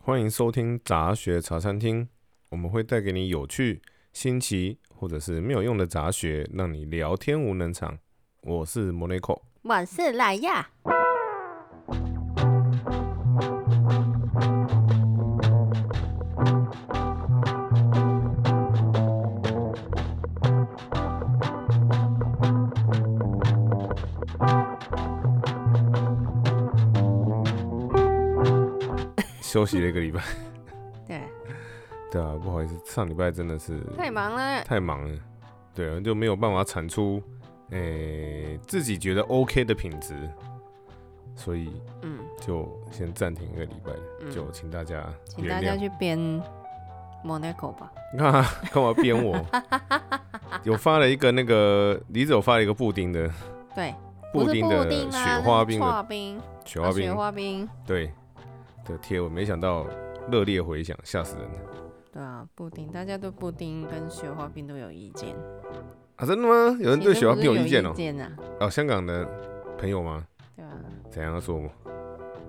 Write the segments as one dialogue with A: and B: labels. A: 欢迎收听杂学茶餐厅，我们会带给你有趣、新奇或者是没有用的杂学，让你聊天无能场。我是 Monaco，
B: 我是莱亚。
A: 休息了一个 礼拜。
B: 对，
A: 对啊，不好意思，上礼拜真的是
B: 太忙了。
A: 太忙了，对啊，就没有办法产出诶、自己觉得 OK 的品质，所以
B: 嗯，
A: 就先暂停一个礼拜，
B: 嗯
A: 就请大家
B: 请
A: 原
B: 大家
A: 谅。
B: 去编 Monaco 吧。
A: 你看他 干嘛编 我？有发了一个那个李子有发了一个布丁的
B: 对，不
A: 布
B: 是
A: 丁
B: 布
A: 的
B: 丁啊，
A: 雪花冰
B: 是
A: 的
B: 刨冰，
A: 雪花
B: 啊雪
A: 冰
B: 花冰。
A: 对的贴文，没想到热烈回响，吓死人了
B: 对啊，布丁，大家对布丁跟雪花冰都有意见。
A: 啊！真的吗？有人对雪花冰
B: 其实
A: 有
B: 不是有
A: 意见哦
B: 意、见啊，
A: 哦，香港的朋友吗？
B: 对啊。
A: 怎样说我？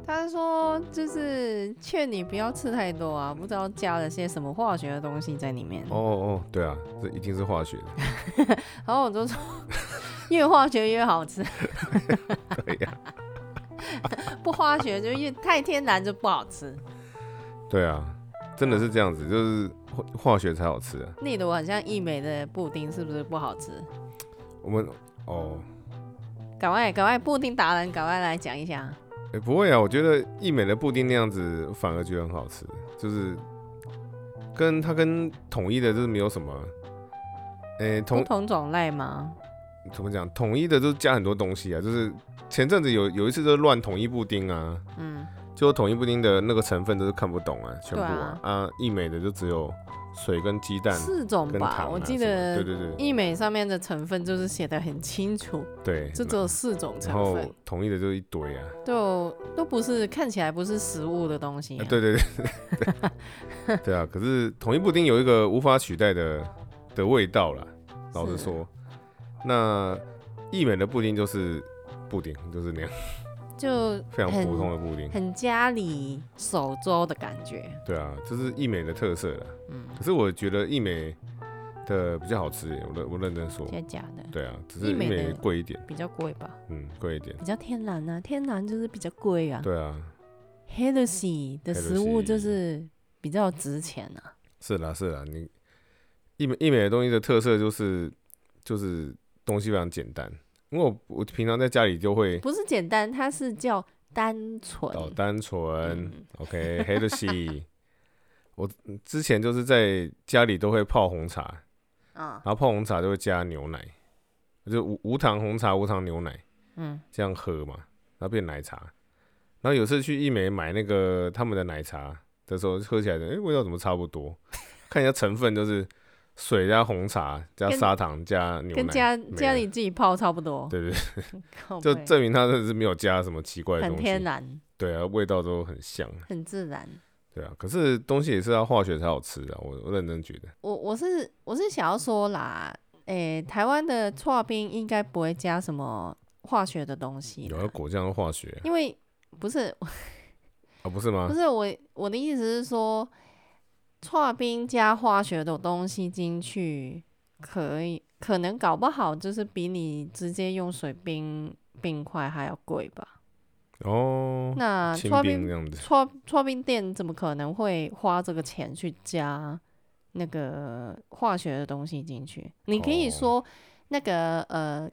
B: 他说就是劝你不要吃太多啊，不知道加了些什么化学的东西在里面。
A: 哦哦，对啊，这一定是化学的。
B: 然后我就说 越化学越好吃，
A: 对呀、
B: 不化学就越太天然就不好吃。
A: 对啊，真的是这样子，就是化化学才好吃啊。
B: 例如很像益美的布丁是不是不好吃？
A: 我们哦，
B: 赶快赶快，布丁达人，赶快来讲一下。
A: 哎、不会啊，我觉得益美的布丁那样子反而觉得很好吃，就是跟它跟统一的就是没有什么，哎、
B: 不
A: 统
B: 同种类吗？
A: 怎么讲？统一的就是加很多东西啊，就是前阵子有有一次就是乱统一布丁啊，
B: 嗯，
A: 就统一布丁的那个成分都是看不懂啊，全部啊
B: 对
A: 啊，益美的就只有水跟鸡蛋
B: 四种
A: 跟糖、
B: 吧，
A: 啊、
B: 我记
A: 什么
B: 得
A: 对对对
B: 医美上面的成分就是写的很清楚，
A: 对，
B: 就只有四种
A: 然
B: 成
A: 后
B: 分，
A: 统一的就一堆啊。
B: 就都不是看起来不是食物的东西、
A: 啊、对对对 对，对啊。可是统一布丁有一个无法取代的的味道啦，老实
B: 是
A: 说，那益美的布丁就是布丁，就是那样
B: 就
A: 非常
B: 很
A: 普通的布丁。
B: 很家里手粥的感觉。
A: 对啊，这是益美的特色啦。
B: 嗯，
A: 可是我觉得益美的比较好吃耶，我认我认真说。
B: 真的假的？
A: 对啊，只是益
B: 益美的
A: 美贵一点，
B: 比较贵吧，
A: 嗯，贵一点。
B: 比较天然啊，天然就是比较贵啊。
A: 对啊，
B: healthy 的食物
A: Healthy
B: 就是比较值钱啊。
A: 是啦是啦，你一美一美的东西的特色就是就是东西非常简单，因为我我平常在家里就会
B: 不是简单，它是叫单纯。
A: 哦单纯、
B: 嗯
A: o k 黑的系。 我之前就是在家里都会泡红茶，
B: 啊
A: 然，后泡红茶就会加牛奶，就无无糖红茶、无糖牛奶
B: 嗯
A: 这样喝嘛，然后变奶茶。然后有次去一美买那个他们的奶茶的时候，喝起来的哎、诶味道怎么差不多？ 看一下成分，就是水加红茶加
B: 跟
A: 砂糖加牛奶，
B: 跟家
A: 没了
B: 家里自己泡差不多，
A: 对对对，
B: 靠
A: 就
B: 背
A: 证明它真的是没有加什么奇怪的
B: 很
A: 东
B: 天
A: 西，
B: 然，
A: 对啊，味道都很像。
B: 很自然。
A: 对啊，可是东西也是要化学才好吃啊，我我认真觉得。
B: 我我是我是想要说啦，诶、台湾的刨冰应该不会加什么化学的东西啦
A: 有，的啊果酱是化学
B: 因为不是
A: 啊，不是吗
B: 不？是我我的意思是说，刨冰加化学的东西进去，可以可能搞不好就是比你直接用水冰冰块还要贵吧？
A: 哦，
B: 那
A: 清
B: 刨
A: 冰
B: 冰
A: 这样子，
B: 搓搓冰店怎么可能会花这个钱去加那个化学的东西进去？你可以
A: 哦
B: 说那个、呃。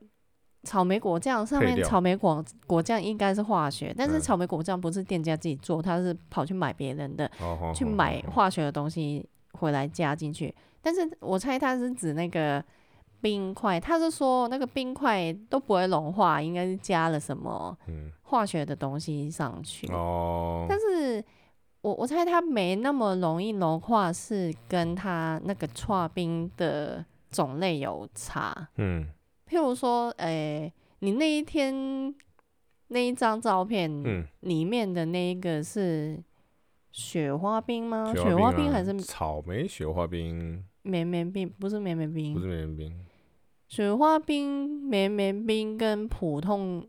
B: 草莓果酱上
A: 配
B: 面
A: 料
B: 草莓果果酱应该是化学，但是
A: 嗯
B: 草莓果酱不是店家自己做，他是跑去买别人的，
A: 哦好，
B: 去
A: 好
B: 买
A: 好
B: 化学的东西回来加进去。但是我猜他是指那个冰块，他是说那个冰块都不会融化，应该是加了什么
A: 嗯
B: 化学的东西上去。
A: 哦，
B: 但是我我猜它没那么容易融化，是跟它那个刨冰的种类有差。
A: 嗯
B: 譬如说，诶、你那一天那一张照片
A: 嗯，
B: 里面的那一个是雪花冰吗？
A: 雪
B: 雪
A: 花
B: 花冰
A: 啊
B: 还是
A: 草莓雪花冰？
B: 绵绵冰？不是绵绵
A: 不
B: 冰
A: 是，绵绵冰，
B: 雪花冰、绵绵冰跟普通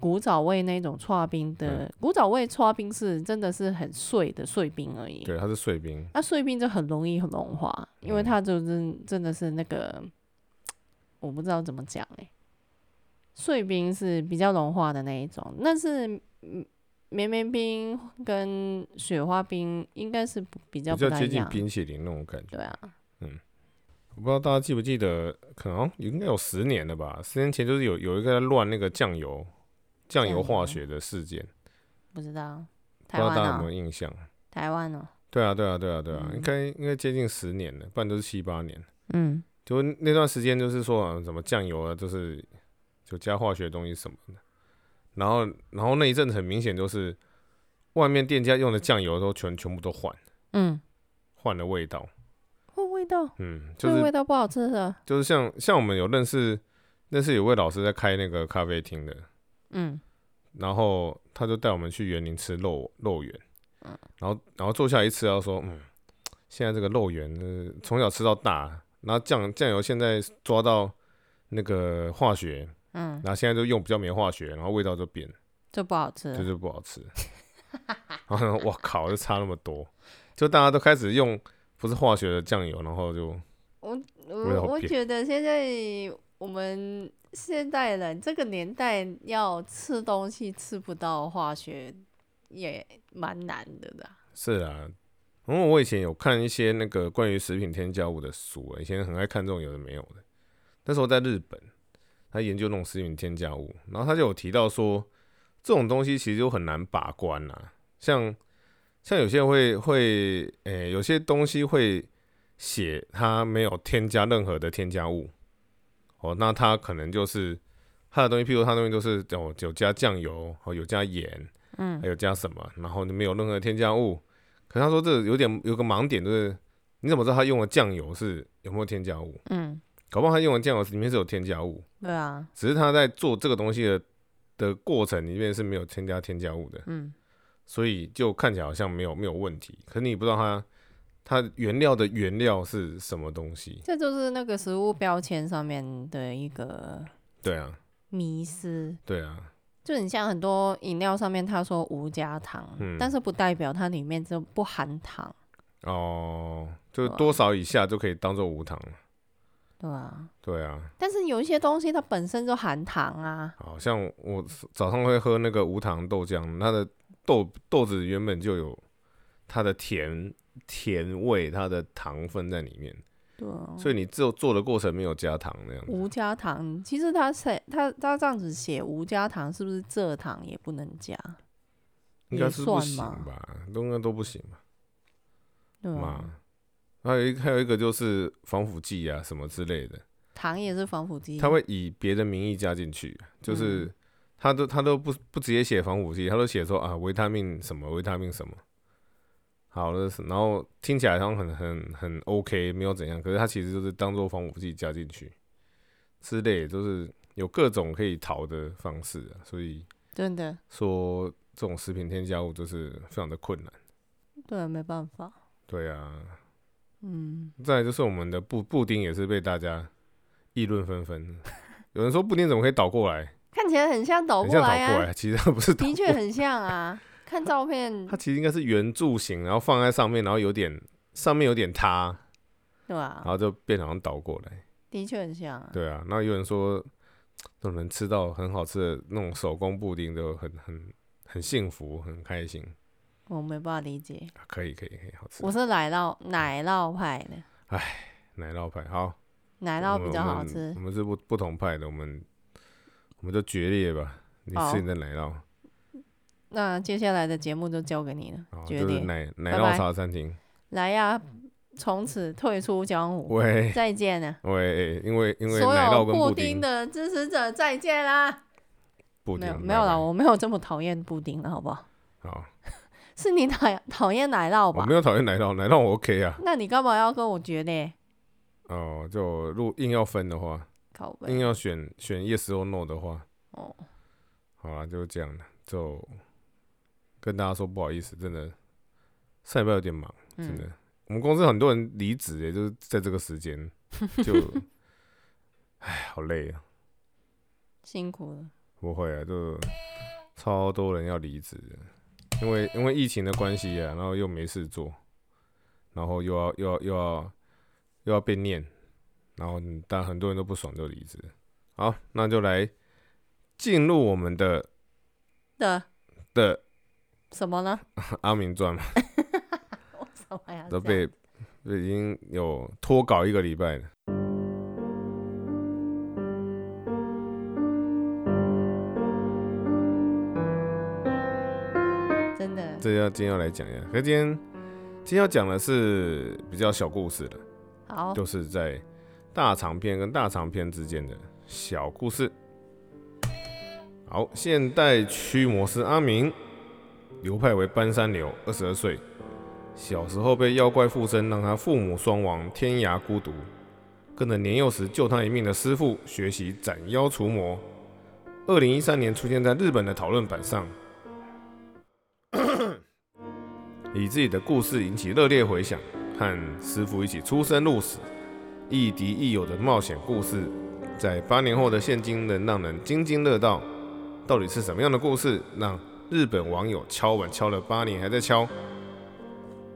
B: 古早味那种刨冰的，古早味刨冰是真的是很碎的碎冰而已。
A: 对，它是碎冰，
B: 那碎冰就很容易融化，因为
A: 嗯
B: 它就是真的是那个，我不知道怎么讲哎、碎冰是比较融化的那一种，但是嗯绵绵冰跟雪花冰应该是不比较
A: 比较
B: 不太
A: 接
B: 一
A: 近
B: 样，
A: 冰淇淋那种感觉。
B: 对啊，
A: 我不知道大家记不记得，可能应该有十年了吧？十年前就是有有一个在乱那个酱油酱
B: 酱
A: 油
B: 油
A: 化学的事件，
B: 不知道
A: 不
B: 台
A: 知道
B: 湾
A: 大家有没有，
B: 啊
A: 印象？
B: 台湾哦、
A: 对啊，对啊，对啊，对啊，
B: 嗯
A: 应该应该接近十年了，不然就是七八年。
B: 嗯，
A: 就那段时间就是说、啊、什么酱油啊，就是就加化学的东西什么的，然后然后那一阵子很明显就是外面店家用的酱油都全全部都换
B: 嗯，
A: 换了味道，
B: 会味道，
A: 嗯，就
B: 会味
A: 是
B: 道不好吃的，
A: 就是像像我们有认识认识有位老师在开那个咖啡厅的，
B: 嗯
A: 然后他就带我们去园林吃肉肉圆
B: 嗯，
A: 然后然后坐下来一吃，然后说，嗯，现在这个肉圆呃从小吃到大，然后酱酱油现在抓到那个化学，
B: 嗯，
A: 然后现在就用比较没化学，然后味道就变了，
B: 就不好吃，
A: 就是不好吃。 然后我靠，就差那么多，就大家都开始用不是化学的酱油，然后就味道
B: 我我
A: 变
B: 觉得现在我们现代人这个年代要吃东西吃不到化学也蛮难的啦。
A: 是啊。然后我以前有看一些那个关于食品添加物的书、啊以前很爱看这种有的没有的。那时候在日本，他研究那种食品添加物，然后他就有提到说，这种东西其实就很难把关呐、像像有些人会会，诶、有些东西会写它没有添加任何的添加物，哦，那它可能就是它的东西，譬如它的东西都是有有加酱油，哦，有加盐，嗯，还有加什么，然后没有任何添加物。可是他说这有点有个盲点，就是你怎么知道他用的酱油是有没有添加物？
B: 嗯，
A: 搞不好他用的酱油里面是有添加物，
B: 对啊，
A: 只是他在做这个东西的的过程里面是没有添加添加物的，
B: 嗯，
A: 所以就看起来好像没有没有问题。可你不知道它它原料的原料是什么东西，
B: 这就是那个食物标签上面的一个
A: 对啊，
B: 迷思，
A: 对啊，
B: 就很像很多饮料上面他说无加糖，
A: 嗯
B: 但是不代表它里面就不含糖，
A: 哦，就是多少以下就可以当做无糖，
B: 啊对啊。
A: 对啊，
B: 但是有一些东西它本身就含糖啊，
A: 好像我早上会喝那个无糖豆浆，它的豆豆子原本就有它的甜甜味，它的糖分在里面，
B: 对啊。
A: 所以你只有做的过程没有加糖那样子。
B: 无加糖，其实他写他他这样子写无加糖，是不是蔗糖也不能加？
A: 应
B: 也
A: 该是不
B: 算
A: 行
B: 嘛
A: 吧，都应该都不行吧
B: 对吧？
A: 嘛。还有一还有一个就是防腐剂啊什么之类的，
B: 糖也是防腐剂，
A: 它会以别的名义加进去，就是它都它都不不直接写防腐剂，它都写说啊维他命什么维他命什么，好了，然后听起来好像很很很 OK，没有怎样，可是它其实就是当做防腐剂加进去之类的，就是有各种可以逃的方式啊，所以
B: 真的
A: 说这种食品添加物就是非常的困难，
B: 对，没办法，
A: 对啊，
B: 嗯，
A: 再来就是我们的布布丁也是被大家议论纷纷，有人说布丁怎么可以倒过来，
B: 看起来很像倒
A: 很
B: 过
A: 像倒
B: 来
A: 过
B: 啊，
A: 来，其实它不是倒
B: 的，确很像啊。看照片，
A: 它其实应该是圆柱形，然后放在上面，然后有点上面有点塌，
B: 对
A: 然
B: 吧？
A: 后就变成好像倒过来。
B: 的确很像啊。
A: 啊对啊，那有人说那种能吃到很好吃的那种手工布丁，都很很很幸福，很开心。
B: 我没办法理解，
A: 啊可以可以可以，好吃
B: 我。是奶酪奶酪派的，
A: 奶酪派好，
B: 奶酪
A: 我们
B: 比较
A: 我
B: 好
A: 们
B: 吃
A: 嗯我。们是不不同派的，我们我们就决裂吧。你
B: 好
A: 吃你的奶酪，
B: 那接下来的节目就交给你了
A: 好，，
B: 决
A: 哦就是
B: 定
A: 奶奶
B: 拜
A: 酪
B: 拜
A: 茶餐厅。
B: 来呀，从此退出江湖，
A: 喂
B: 再见啊了。
A: 喂，因为因为
B: 所
A: 奶酪
B: 有
A: 跟
B: 布
A: 丁
B: 的支持者再见啦！
A: 布
B: 没
A: 丁
B: 有没有啦，
A: 了，
B: 我没有这么讨厌布丁了，好不好？
A: 好，
B: 是你讨讨厌奶酪
A: 我
B: 吧
A: 没？有讨厌奶酪，奶酪我 OK 啊。
B: 那你干嘛要跟我决裂？
A: 哦，就如果硬要分的话，
B: 靠
A: 硬
B: 背
A: 要选选 yes or no 的话，
B: 哦，
A: 好啦，就这样了，就跟大家说不好意思，真的上礼拜有点忙，真的，
B: 嗯，
A: 我们公司很多人离职，也就是在这个时 间，就，哎，好累啊，
B: 辛苦了，
A: 不会啊，就超多人要离职的，因为因为疫情的关系啊，然后又没事做，然后又要又要又要又要被念，然后你但很多人都不爽就离职。好，那就来进入我们的
B: 的
A: 的
B: 什么呢？
A: 阿明传嘛，
B: 为什么呀？
A: 都被被已经有拖稿一个礼拜了。
B: 真的
A: 这要今天要来讲一下，可是今天今天要讲的是比较小故事的。
B: 好，
A: 就是在大长篇跟大长篇之间的小故事。好，现代驱魔师阿明，流派为搬山流，二十二岁，小时候被妖怪附身，让他父母双亡，天涯孤独，跟着年幼时救他一命的师傅学习斩妖除魔。二零一三年出现在日本的讨论版上， 以自己的故事引起热烈回响。和师傅一起出生入死、亦敌亦友的冒险故事，在八年后的现今仍让人津津乐道。到底是什么样的故事，让日本网友敲碗敲了八年还在敲？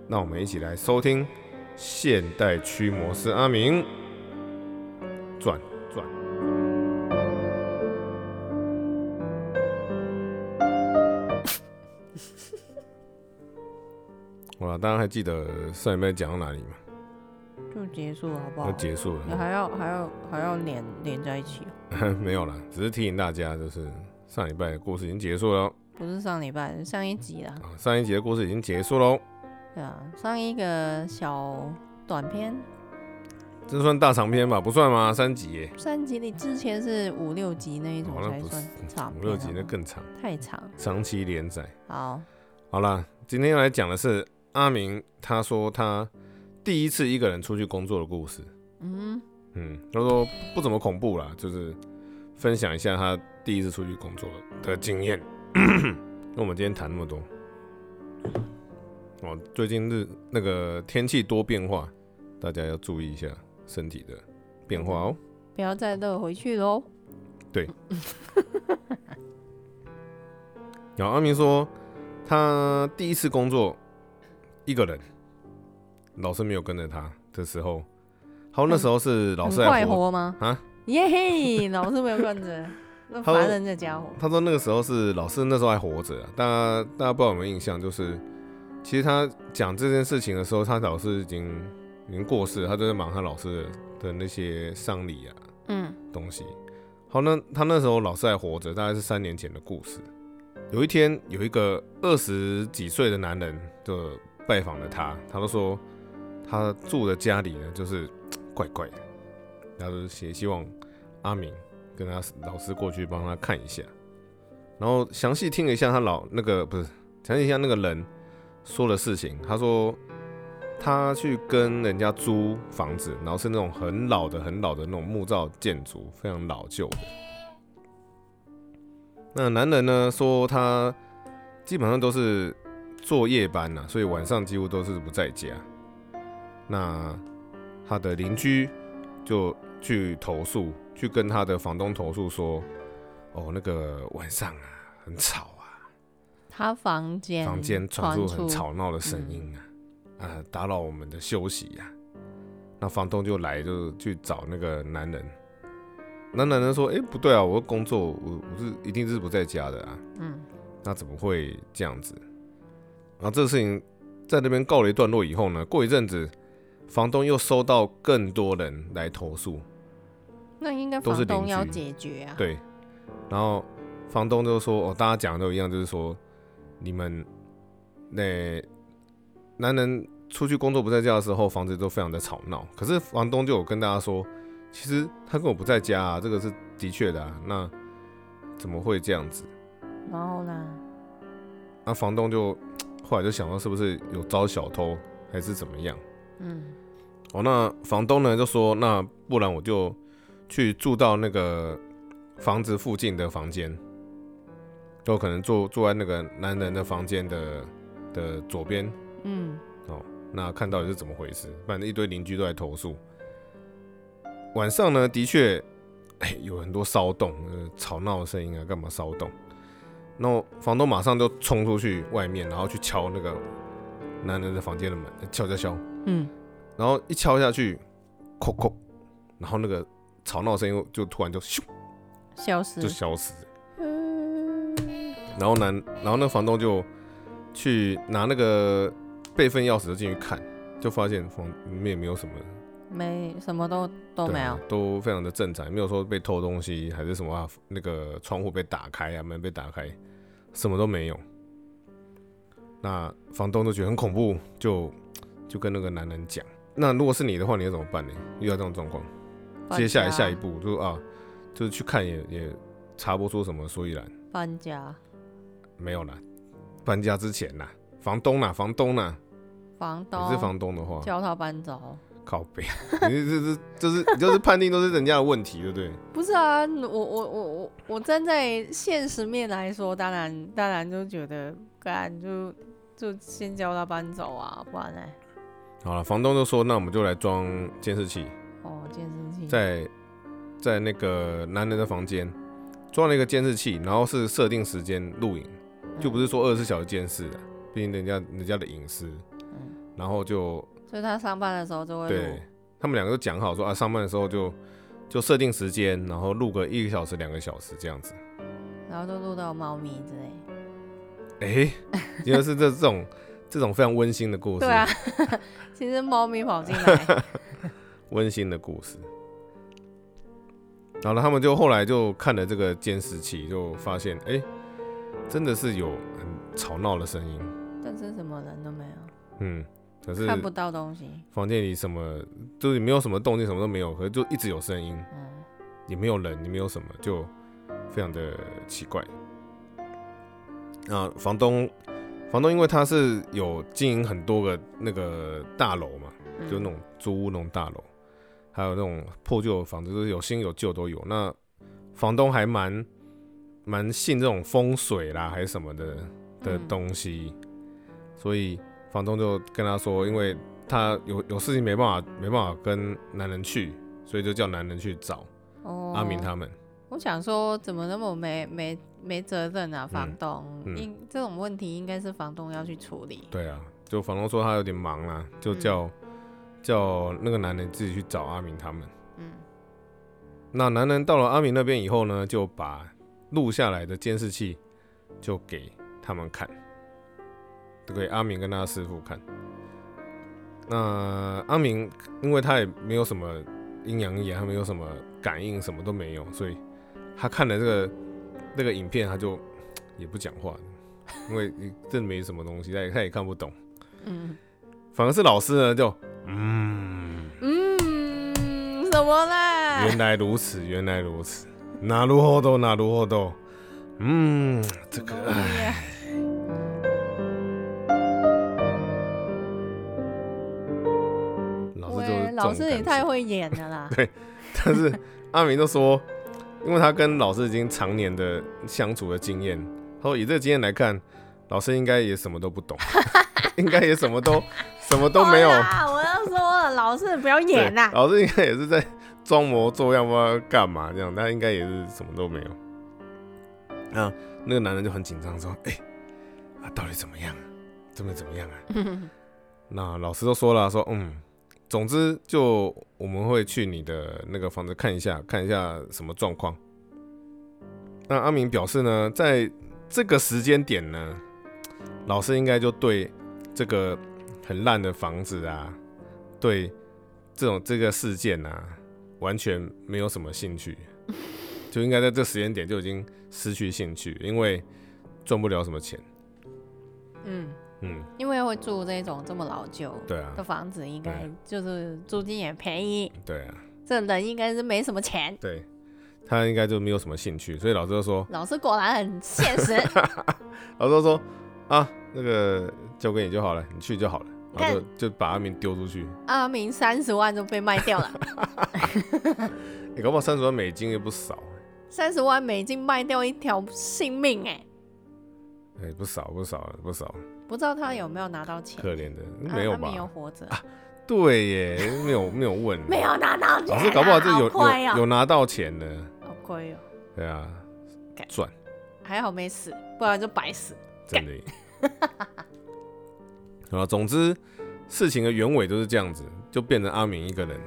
A: 那我们一起来收听《现代驱魔师阿明传》传。好了，大家还记得上礼拜讲到哪里吗？
B: 就结束了好不
A: 要
B: 好？
A: 结束了
B: 你。还要还要还要连连在一起哦、
A: 没有啦，只是提醒大家，就是上礼拜的故事已经结束了哦
B: 不是上礼拜，是上一集啦。
A: 啊，上一集的故事已经结束喽，
B: 对啊，上一个小短片
A: 这算大长篇吧？不算吗？三集耶，
B: 三集里之前是五六集那一种
A: 哦那
B: 才
A: 不
B: 算长片啊，
A: 五六集那更长，
B: 太长。
A: 长期连载。
B: 好，
A: 好啦，今天要来讲的是阿明，他说他第一次一个人出去工作的故事。
B: 嗯，
A: 嗯，他说不怎么恐怖啦，就是分享一下他第一次出去工作的经验。 那我们今天谈那么多，哦，最近日那个天气多变化，大家要注意一下身体的变化哦。
B: 不要再乐回去喽。
A: 然后阿明说，他第一次工作一个人，老师没有跟着他的时候，好，那时候是老
B: 很
A: 师来
B: 快
A: 活
B: 活吗？
A: 啊，
B: 耶嘿，老师没有惯着，那
A: 他
B: 烦人这家伙。
A: 他说那个时候是老师那时候还活着啊、大家大家不知道有没有印象，就是其实他讲这件事情的时候，他老师已经已经过世了，他就在忙他老师的的那些丧礼啊
B: 嗯，
A: 东西。好，那他那时候老师还活着，大概是三年前的故事。有一天，有一个二十几岁的男人就拜访了他，他就说他住的家里呢就是嘖怪怪的，他就希希望阿明跟他老师过去帮他看一下，然后详细听了一下他老那个不是详细一下那个人说的事情。他说他去跟人家租房子，然后是那种很老的、很老的那种木造建筑，非常老旧的。那男人呢说他基本上都是做夜班啊呐、所以晚上几乎都是不在家。那他的邻居就去投诉，去跟他的房东投诉说：“哦，那个晚上啊很吵啊，
B: 他房间
A: 房间传出
B: 嗯出
A: 很，吵闹的声音啊，啊，打扰我们的休息呀、那房东就来，就去找那个男人。那男人说：“哎、不对啊，我工作，我我是一定是不在家的啊，
B: 嗯，
A: 那怎么会这样子？”然后这个事情在那边告了一段落以后呢，过一阵子，房东又收到更多人来投诉，
B: 那应该
A: 都是
B: 房东
A: 邻居
B: 要解决啊。，
A: 对，然后房东就说：“哦，大家讲的都一样，就是说你们那、男人出去工作不在家的时候，房子都非常的吵闹。可是房东就有跟大家说，其实他跟我不在家啊，这个是的确的啊。那怎么会这样子？
B: 然后呢？
A: 那房东就后来就想到是不是有招小偷，还是怎么样？
B: 嗯，
A: 哦，那房东呢就说，那不然我就去住到那个房子附近的房间，就可能住住在那个男人的房间的的左边，
B: 嗯，
A: 那看到底是怎么回事？反正一堆邻居都来投诉。晚上呢，的确，哎有很多骚动、呃吵闹的声音啊，干嘛骚动？然后房东马上就冲出去外面，然后去敲那个男人的房间的门，呃敲敲敲，
B: 嗯，
A: 然后一敲下去，扣扣，然后那个吵闹声音就突然就咻
B: 消失
A: 就。消失了。
B: 嗯，
A: 然后男，然后那个房东就去拿那个备份钥匙就进去看，就发现房里面也没有什么，
B: 没什么都都
A: 对
B: 没
A: 啊
B: 有。
A: 都非常的正常，没有说被偷东西还是什么啊，那个窗户被打开啊，门被打开，什么都没有。那房东就觉得很恐怖，就就跟那个男人讲，那如果是你的话，你要怎么办呢？遇到这种状况？啊接下来下一步就是啊，就是去看也也查不出什么所以然，
B: 搬家，
A: 没有啦。搬家之前啦，房东啦，房东啦，
B: 搬家房
A: 你
B: 东
A: 是房东的话，
B: 叫他搬走。
A: 靠背， 你这这这是你就是判定都是人家的问题，对不对？
B: 不是啊，我我我我我站在现实面来说，当然当然就觉得，干就就先叫他搬走啊，不然呢？
A: 好了，房东就说，那我们就来装监视器，
B: 哦，监视器
A: 在在那个男人的房间装了一个监视器，然后是设定时间录影，
B: 嗯
A: 就不是，说二十四小时监视的，毕竟人家人家的隐私，
B: 嗯
A: 然后就
B: 嗯所以他上班的时候就会
A: 对
B: 录，
A: 他们两个都讲好说啊，上班的时候就就设定时间，然后录个一个小时、两个小时这样子。
B: 然后就录到猫咪之类。
A: 哎、 因为是这这种这种非常温馨的故事
B: 对，啊， 其实猫咪跑 进来，
A: 温、馨的故事。然后他们就后来就看了这个监视器，就发现哎、真的是有很吵闹的声音，
B: 但是什么人都没有，
A: 嗯，可是
B: 看不到东西。
A: 房间里什么就是没有什么动静，什么都没有，可是就一直有声音。
B: 嗯，
A: 也没有人，也没有什么，就非常的奇怪。那房东，房东因为他是有经营很多个那个大楼嘛，
B: 嗯
A: 就那种租屋那种大楼，还有那种破旧的房子，就是有新有旧都有。那房东还蛮蛮信这种风水啦，还是什么的的
B: 嗯
A: 东西，所以房东就跟他说，因为他有有事情没办法没办法跟男人去，所以就叫男人去找。
B: 哦，
A: 阿明他们，
B: 我想说，怎么那么没没没责任啊？房东，
A: 嗯
B: 应这种问题应该是房东要去处理。
A: 对啊，就房东说他有点忙啦、就叫、叫那个男人自己去找阿明他们。
B: 嗯
A: 那男人到了阿明那边以后呢，就把录下来的监视器就给他们看，就给阿明跟他师傅看。那阿明因为他也没有什么阴阳眼，他没有什么感应，什么都没有，所以他看了这个那个影片，他就 也不讲话，因为 这没什么东西，他也他也看不懂。
B: 嗯
A: 反而是老师呢，就嗯，
B: 嗯，什么啦？
A: 原来如此，原来如此，哪路后斗，哪路后斗，嗯，这个
B: 哎呀
A: 老师就是
B: 喂，
A: 这
B: 老
A: 种
B: 师也
A: 感
B: 太
A: 觉。
B: 会演了啦。
A: 但是阿明都说，因为他跟老师已经常年的相处的经验，他说以这个经验来看，老师应该也什么都不懂， 应该也什么都什么都没有
B: 好。啦我要说了，老师不要
A: 对
B: 演啊啦。
A: 老师应该也是在装模作样，不知道干嘛这样，但应该也是什么都没有。那那个男人就很紧张说：“哎、啊，到底怎么样啊？怎么怎么样啊？”那老师都说了，说嗯，总之就我们会去你的那个房子看一下，看一下什么状况。那阿明表示呢，在这个时间点呢，老师应该就对这个很烂的房子啊，对这种这个事件啊，完全没有什么兴趣， 就应该在这时间点就已经失去兴趣，因为赚不了什么钱。
B: 嗯，
A: 嗯，
B: 因为会住这种这么老旧
A: 对啊
B: 的，房子，应该
A: 对
B: 就是租金也便宜，
A: 对啊，
B: 这人应该是没什么钱。
A: 对，他应该就没有什么兴趣，所以老师就说，
B: 老师果然很现实，
A: 老师就说啊，那个交给你就好了，你去就好了，
B: 你
A: 然
B: 看
A: 后就就把阿明丢出去，
B: 阿明三十万就被卖掉了，
A: 你、欸搞不好三十万美金也不少、
B: 三十万美金卖掉一条性命哎、
A: 哎、不少不少不少，
B: 不知道他有没有拿到钱？
A: 可怜的
B: 啊
A: 没有
B: 他
A: 吧？啊
B: 没有活着，
A: 对耶，没有没有问，
B: 没有拿到钱啊，
A: 老师搞不好这有
B: 好快
A: 有
B: 哦
A: 有拿到钱呢，
B: 亏哦，
A: 对啊
B: 干，
A: 赚
B: 还好没死，不然就白死。
A: 真的。 好了，总之事情的原委都是这样子，就变成阿明一个人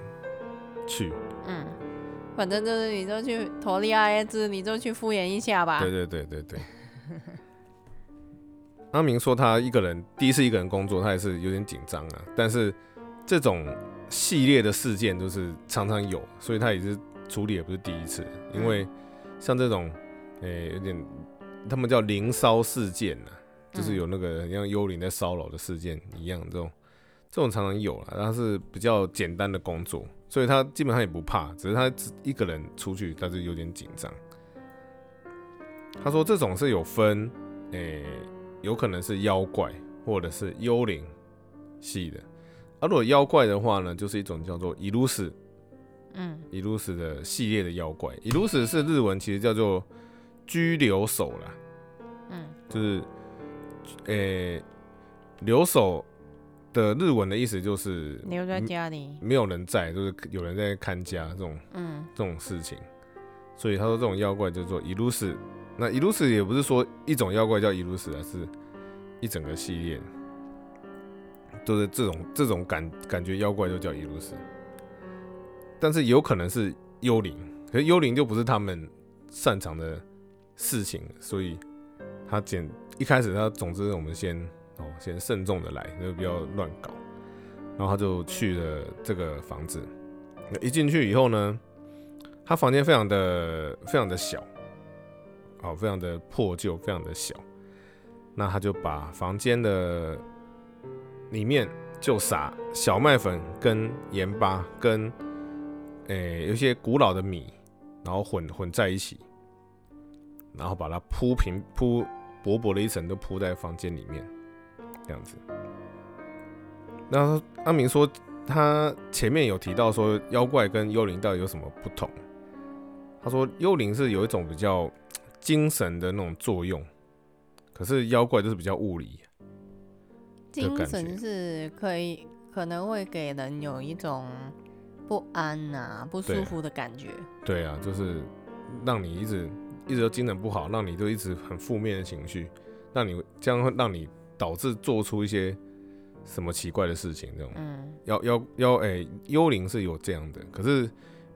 A: 去。
B: 嗯，反正就是你就去投利阿 A 制，你就去敷衍一下吧。
A: 对对对对 对。阿明说他一个人第一次一个人工作，他也是有点紧张啊。但是这种系列的事件就是常常有，所以他也是处理也不是第一次。因为像这种，诶、有点他们叫灵骚事件啊，就是有那个很像幽灵在骚扰的事件一样，这种这种常常有啦。他是比较简单的工作，所以他基本上也不怕，只是他自一个人出去，他就有点紧张。他说这种是有分，诶、有可能是妖怪或者是幽灵系的。啊，如果妖怪的话呢，就是一种叫做伊鲁斯
B: 嗯，
A: 伊鲁斯的系列的妖怪。伊鲁斯是日文，其实叫做拘留手啦，
B: 嗯，
A: 就是，诶、留守的日文的意思就是
B: 留在家里。
A: 没有人在，就是有人在看家这种
B: 嗯
A: 这种事情，所以他说这种妖怪叫做伊鲁斯。那伊鲁斯也不是说一种妖怪叫伊鲁斯啊，是一整个系列，就是这种这种感感觉妖怪就叫伊鲁斯，但是有可能是幽灵，可是幽灵就不是他们擅长的事情，所以他简一开始他总之我们先哦先慎重的来，就不要乱搞，然后他就去了这个房子，那一进去以后呢，他房间非常的非常的小，哦，非常的破旧，非常的小。那他就把房间的里面就撒小麦粉、跟盐巴、跟诶、有一些古老的米，然后混混在一起，然后把它铺平铺薄薄的一层，都铺在房间里面，这样子。那阿明说，他前面有提到说妖怪跟幽灵到底有什么不同。他说幽灵是有一种比较精神的那种作用，可是妖怪就是比较物理。的
B: 精
A: 感
B: 神
A: 觉
B: 是可以可能会给人有一种不安呐、不舒
A: 对
B: 服的感觉。
A: 对啊，就是让你一直一直都精神不好，让你就一直很负面的情绪，让你这样会让你导致做出一些什么奇怪的事情这种。
B: 嗯，
A: 妖妖妖，哎、幽灵是有这样的，可是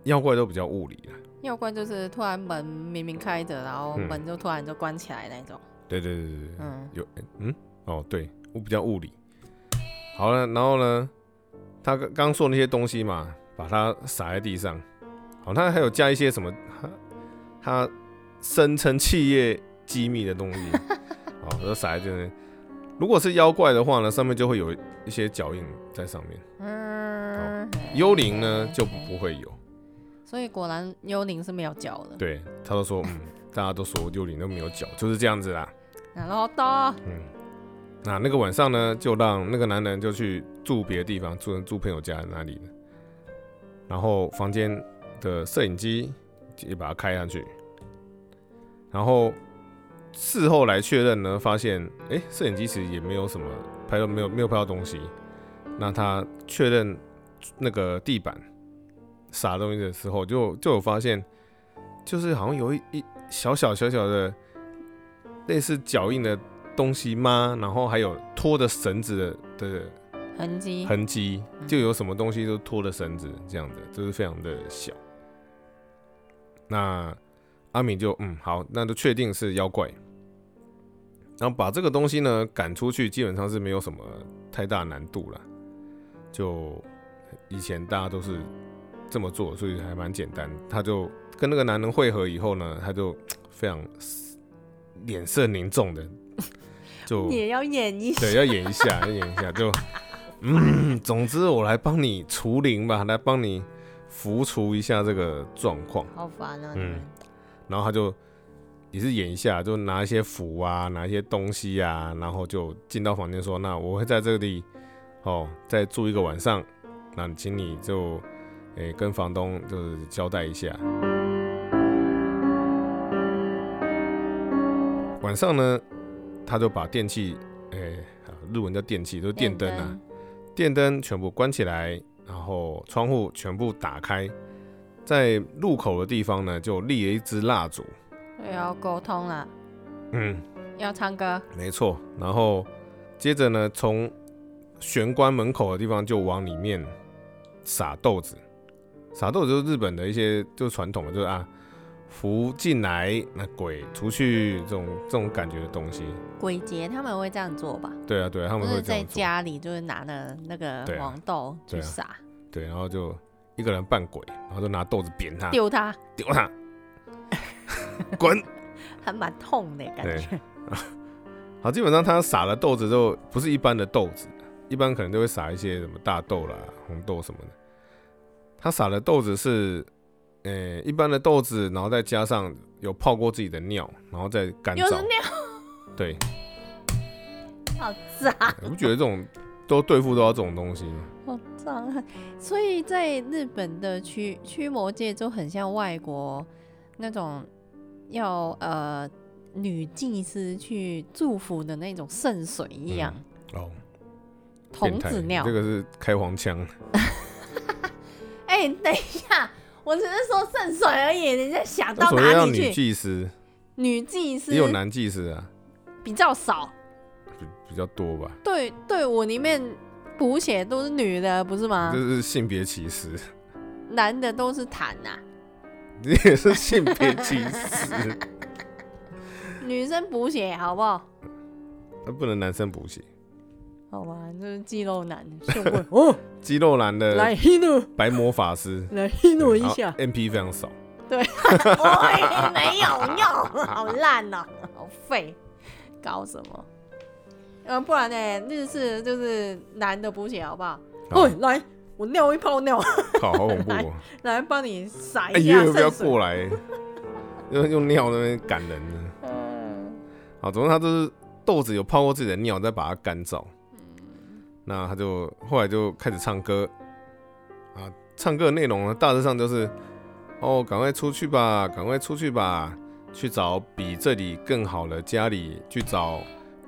A: 妖怪都比较物理啊啦。
B: 要不然就是突然门明明开着，然后
A: 嗯
B: 门就突然就关起来那种。
A: 对对对对对，
B: 嗯
A: 有嗯哦，对我比较物理。好了，然后呢，他刚刚说那些东西嘛，把它撒在地上。好，他还有加一些什么？他他声称企业机密的东西，好，都撒在这边。如果是妖怪的话呢，上面就会有一些脚印在上面。
B: 嗯，
A: 幽灵呢就不不会有。
B: 所以果然幽灵是没有脚的。
A: 对，他都说，嗯，大家都说幽灵都没有脚，就是这样子啦。
B: 然后到
A: 嗯，那那个晚上呢，就让那个男人就去住别的地方，住住朋友家那里的，然后房间的摄影机也把它开下去，然后事后来确认呢，发现哎，诶摄、影机其实也没有什么拍到，没有没有拍到东西。那他确认那个地板撒东西的时候，就就有发现，就是好像有一一小小小小的类似脚印的东西吗？然后还有拖着绳子的的嗯
B: 痕迹，
A: 痕迹，
B: 嗯
A: 就有什么东西都拖着绳子这样子，就是非常的小。那阿敏就嗯好，那就确定是妖怪，然后把这个东西呢赶出去，基本上是没有什么太大难度了。就以前大家都是这么做，所以还蛮简单。他就跟那个男人会合以后呢，他就非常脸色凝重的，就
B: 也要演一
A: 对，要演一下，要演一下，就嗯，总之我来帮你除灵吧，来帮你浮除一下这个状况。
B: 好烦啊！
A: 嗯然后他就也是演一下，就拿一些符啊，拿一些东西啊，然后就进到房间说：“那我会在这里哦，再住一个晚上，那请你就诶、跟房东就是交代一下。”晚上呢，他就把电器，诶、啊日文叫电器，就是电灯啊，电灯全部关起来，然后窗户全部打开，在入口的地方呢，就立了一支蜡烛。
B: 所以要啊沟通啦，
A: 嗯，
B: 要唱歌，
A: 没错。然后接着呢，从玄关门口的地方就往里面撒豆子。撒豆子就是日本的一些就是传统的，就是啊，福进来，那鬼出去这种这种感觉的东西。
B: 鬼节他们会这样做吧？
A: 对啊，对啊，他
B: 就
A: 们
B: 是
A: 会这
B: 在
A: 样做。
B: 家里就是拿着那个
A: 对啊
B: 黄豆去
A: 对啊
B: 撒，
A: 对，然后就一个人扮鬼，然后就拿豆子扁他，
B: 丢它
A: 丢他，滚！
B: 还蛮痛的感
A: 对
B: 觉。
A: 好，基本上他撒了豆子之后，不是一般的豆子，一般可能都会撒一些什么大豆啦、红豆什么的。他撒的豆子是，呃、一般的豆子，然后再加上有泡过自己的尿，然后再干
B: 又是
A: 燥。
B: 尿，
A: 对，
B: 好脏，
A: 你不觉得这种都对付到这种东西吗？
B: 好脏。所以在日本的驱驱魔界就很像外国那种要呃女祭司去祝福的那种圣水一样，
A: 哦，
B: 童子尿
A: 这。个是开黄腔。
B: 哎、你等一下，我只是说圣水而已，人家想
A: 那
B: 到
A: 所谓
B: 哪
A: 要
B: 里
A: 女
B: 去？
A: 祭司，
B: 女祭司
A: 也有男祭司啊，
B: 比较少，
A: 比比较多吧。
B: 对对，我里面补血都是女的，不是吗
A: 这？是性别歧视，
B: 男的都是啊痰呐、
A: 你也是性别歧视，
B: 女生补血好不好？
A: 那啊不能男生补习。
B: 好吧，就是肌肉男，胸部 哦，
A: 肌肉男的
B: 来 hino，
A: 白魔法师
B: 来 hino
A: 对
B: 一 下，
A: 然后 MP 非常少，
B: 哎，没有用，好烂呐、好废，搞什么？呃，不然呢，日式就是男的补血好不好？
A: 好
B: 哦，来，我尿一泡尿，
A: 靠，好恐怖哦！
B: 来帮你撒
A: 哎，
B: 一
A: 也
B: 下
A: 有不要
B: 圣水。
A: 过来，用用尿那边赶人呢。
B: 嗯，
A: 好，总之他就是豆子有泡过自己的尿，再把它干燥。
B: 嗯
A: 那他就后来就开始唱歌啊，唱歌的内容呢，大致上就是哦，赶快出去吧，赶快出去吧，去找比这里更好的家里，去找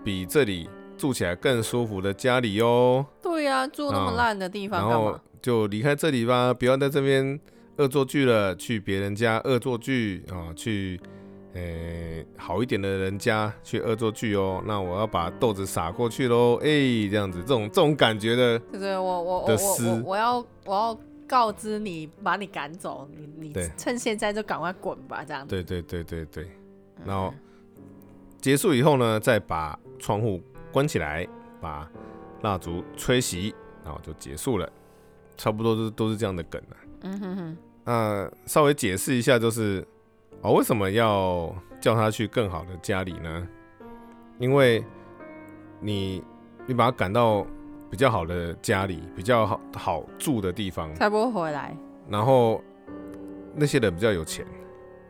A: 比这里住起来更舒服的家里哦。
B: 对呀、住那么
A: 嗯
B: 烂的地
A: 然
B: 方干
A: 后
B: 嘛？
A: 就离开这里吧，不要在这边恶作剧了，去别人家恶作剧啊，去呃、好一点的人家去恶作剧哦。那我要把豆子撒过去喽，哎、这样子，这种这种感觉的，
B: 就是我我我
A: 的
B: 我我
A: 诗
B: 我要我要告知你，把你赶走，你你
A: 对
B: 趁现在就赶快滚吧，这样子。
A: 对对对对对。
B: 嗯
A: 然后结束以后呢，再把窗户关起来，把蜡烛吹熄，然后就结束了，差不多都是都是这样的梗了。
B: 嗯哼哼，
A: 那稍微解释一下，就是哦，为什么要叫他去更好的家里呢？因为你你把他赶到比较好的家里，比较好好住的地方，
B: 才不会回来。
A: 然后那些人比较有钱，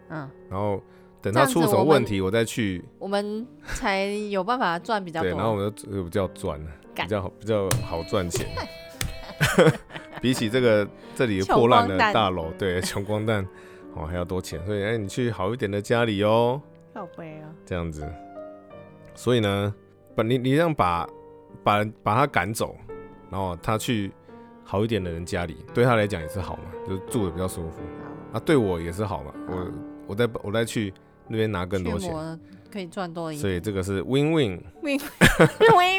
B: 嗯，
A: 然后等
B: 这
A: 他
B: 样子
A: 出了什么
B: 我们
A: 问题，我再去
B: 我们才有办法赚比较
A: 对，
B: 多。
A: 然后我们就就比较赚了，
B: 干
A: 比较好比较好赚 钱。比起这个这里
B: 穷
A: 破烂的
B: 光蛋
A: 大楼，对， 穷光蛋哦还要多钱，所以哎、你去好一点的家里哦，
B: 好悲啊！
A: 这样子。所以呢，把你你这样把把把他赶走，然后他去好一点的人家里，对他来讲也是好嘛，就是住的比较舒服啊，对我也是好嘛，我我再我再去那边拿更多
B: 驱
A: 钱，
B: 魔可以赚多一
A: 所
B: 点。
A: 以这个是 win win。
B: 喂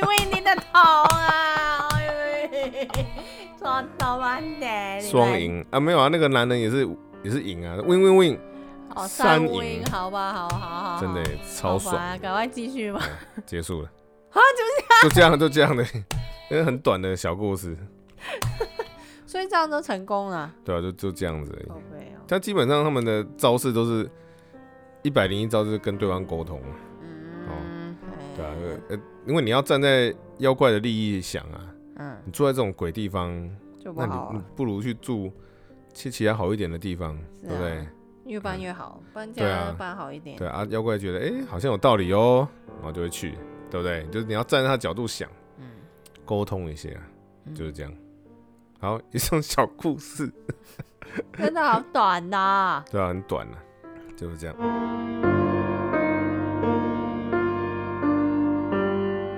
B: 喂，你的头啊！哎呦抓到慢点，你们
A: 双，赢啊，没有啊，那个男人也是也是赢啊，win win win，
B: 好
A: 三
B: 哦三
A: 赢
B: 赢，好吧，好好好哦好，
A: 真的耶超
B: 好吧
A: 爽，
B: 赶快继续吧。
A: 结束了。啊，就这样，就这样的， 因为很短的小故事，
B: 所以这样都成功了，
A: 对啊，就就这样子而
B: 好
A: 已。
B: 悲哦。
A: 但基本上他们的招式都是一百零一招，就是跟对方沟通，
B: 嗯，
A: 哦对啊，呃，因为你要站在妖怪的利益想啊，
B: 嗯，
A: 你住在这种鬼地方，
B: 就不
A: 那
B: 好啊
A: 你嗯你
B: 了，
A: 不如去住去其他好一点的地方，对
B: 是啊
A: 不对？
B: 越搬越好，搬
A: 对
B: 家
A: 啊
B: 搬好一点。
A: 对啊，妖怪觉得哎、诶好像有道理哦，然后就会去，对不对？就是你要站在他角度想。
B: 嗯，
A: 沟通一些啊、
B: 嗯
A: 就是这样。好， 以上小故事，
B: 真的好短呐。
A: 对啊，很短了、就是这样。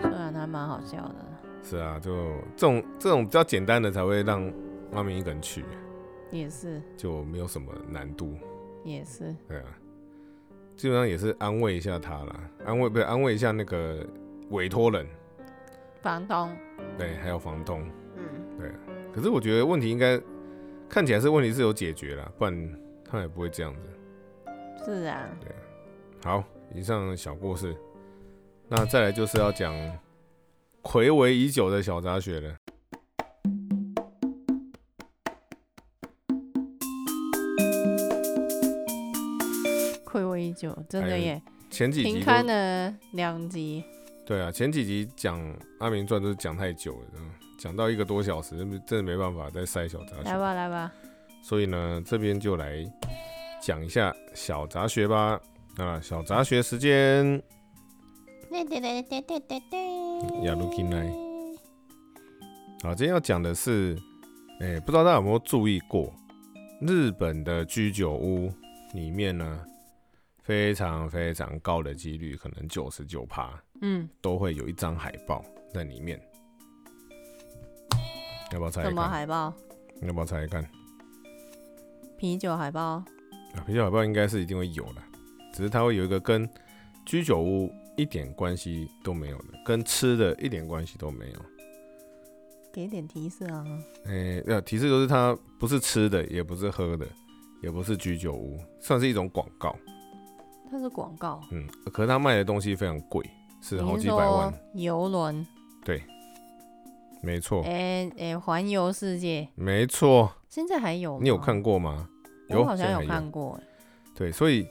B: 虽然还蛮好笑的，
A: 是啊，就这种这种比较简单的才会让妈咪一个人去，
B: 也是
A: 就没有什么难度，
B: 也是，
A: 对啊，基本上也是安慰一下他啦，安慰不是安慰一下那个委托人，
B: 房东，
A: 对，还有房东。
B: 嗯，
A: 可是我觉得问题应该看起来是问题是有解决啦，不然他也不会这样子。
B: 是啊，
A: 好，以上小故事，那再来就是要讲暌违已久的小杂学了。
B: 暌违已久，真
A: 哎
B: 的耶，
A: 前几
B: 停
A: 集
B: 刊
A: 都
B: 了两集，
A: 对啊，前几集讲《阿明传》都是讲太久了，嗯讲到一个多小时，真的真的没办法再塞小杂
B: 来
A: 学。
B: 吧来吧，
A: 所以呢，这边就来讲一下小杂学吧。啊，小杂学时间，亚
B: 嗯
A: 鲁金来。好，今天要讲的是，哎、不知道大家有没有注意过，日本的居酒屋里面呢，非常非常高的几率，可能九十九趴
B: 嗯，
A: 都会有一张海报在里面。要不要猜
B: 什
A: 一
B: 么
A: 看？
B: 海报？
A: 要不要猜一看？
B: 啤酒海报，
A: 啊，啤酒海报应该是一定会有的，只是它会有一个跟居酒屋一点关系都没有的，跟吃的一点关系都没有。
B: 给点提示啊，
A: 诶、要提示就是它不是吃的，也不是喝的，也不是居酒屋，算是一种广告。
B: 它是广告，
A: 嗯，可是它卖的东西非常贵，是好
B: 你
A: 几
B: 是
A: 百
B: 说
A: 万，
B: 游轮？
A: 没错，
B: 哎哎，环游世界，
A: 没错。
B: 现在还有？
A: 你有？看过吗？
B: 我好
A: 现
B: 像
A: 在还
B: 有看过，
A: 对，所以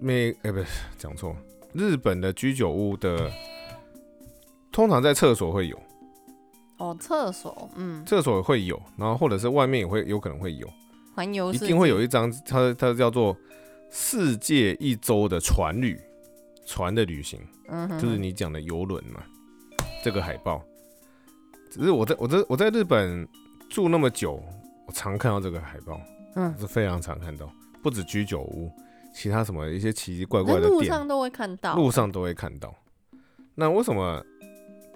A: 美哎、不是讲错，日本的居酒屋的通常在厕所会有，
B: 哦，厕所，嗯，
A: 厕所会有，然后或者是外面也会有可能会有，
B: 环游
A: 一
B: 世界
A: 定会有一张它它叫做世界一周的船旅，船的旅行。
B: 嗯哼，
A: 就是你讲的游轮嘛，这个海报。只是我在我在我在日本住那么久，我常看到这个海报，
B: 嗯，
A: 是非常常看到，不止居酒屋，其他什么一些奇奇怪怪
B: 那
A: 的
B: 路
A: 店，
B: 上都会看到，
A: 路上都会看到。那为什么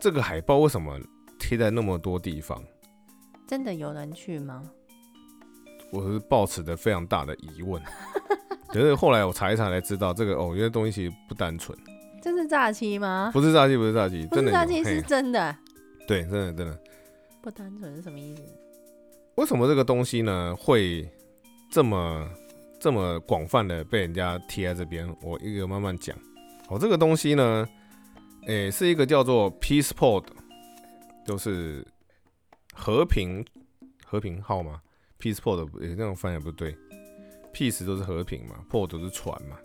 A: 这个海报为什么贴在那么多地方？
B: 真的有人去吗？
A: 我是抱持着非常大的疑 问。可是后来我查一查才知道，这个哦，因为东西其实不单纯，
B: 这是诈欺吗？
A: 不是炸鸡，不是炸鸡，
B: 啊不
A: 真
B: 是
A: 的
B: 诈
A: 有
B: 欺
A: 嘿
B: 是真的，
A: 对，真的真的。
B: 不单纯是什么意思？
A: 为什么这个东西呢会这么这么广泛的被人家贴在这边？我一个慢慢讲。哦，这个东西呢，诶、是一个叫做 Peace Pod，就是和平和平号嘛。Peace Pod 诶、那种翻译不对，Peace 就是和平嘛，Pod 就是船嘛。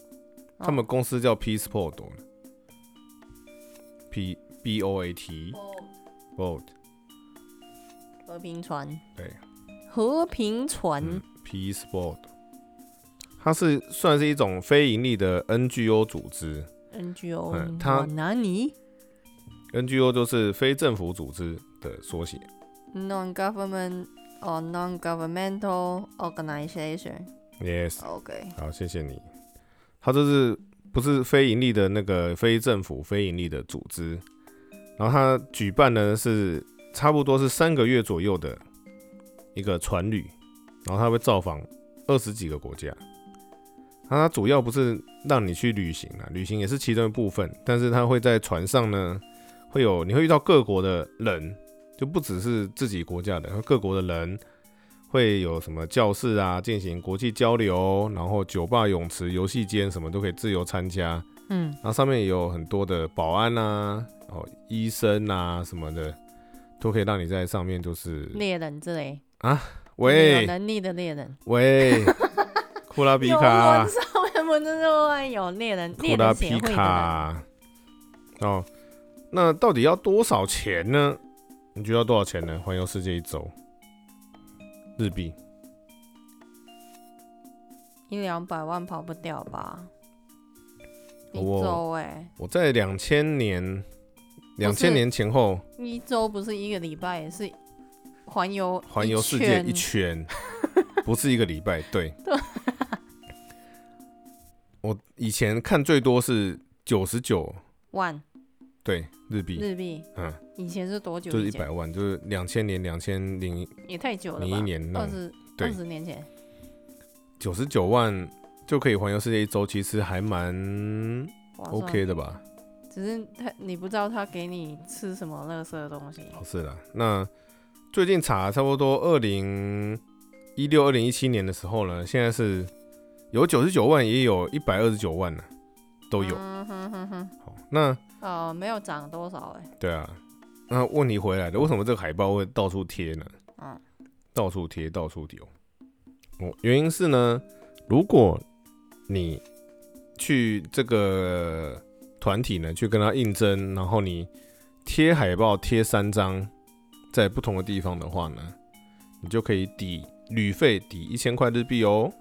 A: 他们公司叫 Peace Pod，P B O A T
B: 哦
A: Pod
B: 和平船，
A: 对，
B: 和平船，
A: 嗯，Peace Board，它是算是一种非盈利的 NGO 组织
B: NGO，
A: 嗯他
B: 瓦拿尼
A: ，NGO 就是非政府组织的缩写。
B: non-government or non-governmental organization。
A: Yes，
B: OK，
A: 好，谢谢你。它就是不是非盈利的那个非政府非盈利的组织，然后它举办呢是差不多是三个月左右的一个船旅，然后它会造访二十几个国家。它主要不是让你去旅行啊，旅行也是其中一部分，但是它会在船上呢，会有你会遇到各国的人，就不只是自己国家的，各国的人会有什么教室啊，进行国际交流，然后酒吧、泳池、游戏间什么都可以自由参加。
B: 嗯，
A: 然后上面也有很多的保安啊、哦医生啊什么的，都可以让你在上面就是
B: 猎人之类，有
A: 喂
B: 能力的猎人。
A: 喂，库拉比
B: 有
A: 卡
B: 我，上面不是都会有猎人，
A: 库
B: 猎
A: 拉
B: 人协
A: 皮
B: 会的人，
A: 卡。哦，那到底要多少钱呢？你觉得要多少钱呢？环游世界一周，日币
B: 一两百万跑不掉吧？一
A: 我
B: 周哎、
A: 我在两千年，两千年前后
B: 一周不是一个礼拜，是环游
A: 环游世界一
B: 圈。
A: 圈， 不是一个礼拜。对，我以前看最多是九十九，
B: 万
A: 对，日币，
B: 日币，
A: 嗯，
B: 以前是多久
A: 就是
B: 以
A: 一
B: 前？
A: 百万，就是两千年、两千零
B: 也太久了吧？
A: 零一年那
B: 二
A: 种，
B: 十
A: 对
B: 二十年前，
A: 九十九万就可以环游世界一周，其实还蛮
B: 哇
A: OK 的吧？
B: 只是他你不知道他给你吃什么垃圾的东西，
A: 哦，是啦。那最近查差不多二零一六、二零一七年的时候呢，现在是有九十九万，也有一百二十九万呢、都有。
B: 嗯哼哼哼，
A: 好，那
B: 哦，没有涨多少哎、
A: 对啊，那问题回来了，为什么这个海报会到处贴呢？
B: 嗯，
A: 到处贴，到处丢。哦，原因是呢，如果你去这个团体呢，去跟他应征，然后你贴海报贴三张，在不同的地方的话呢，你就可以抵旅费抵一千块日币哦。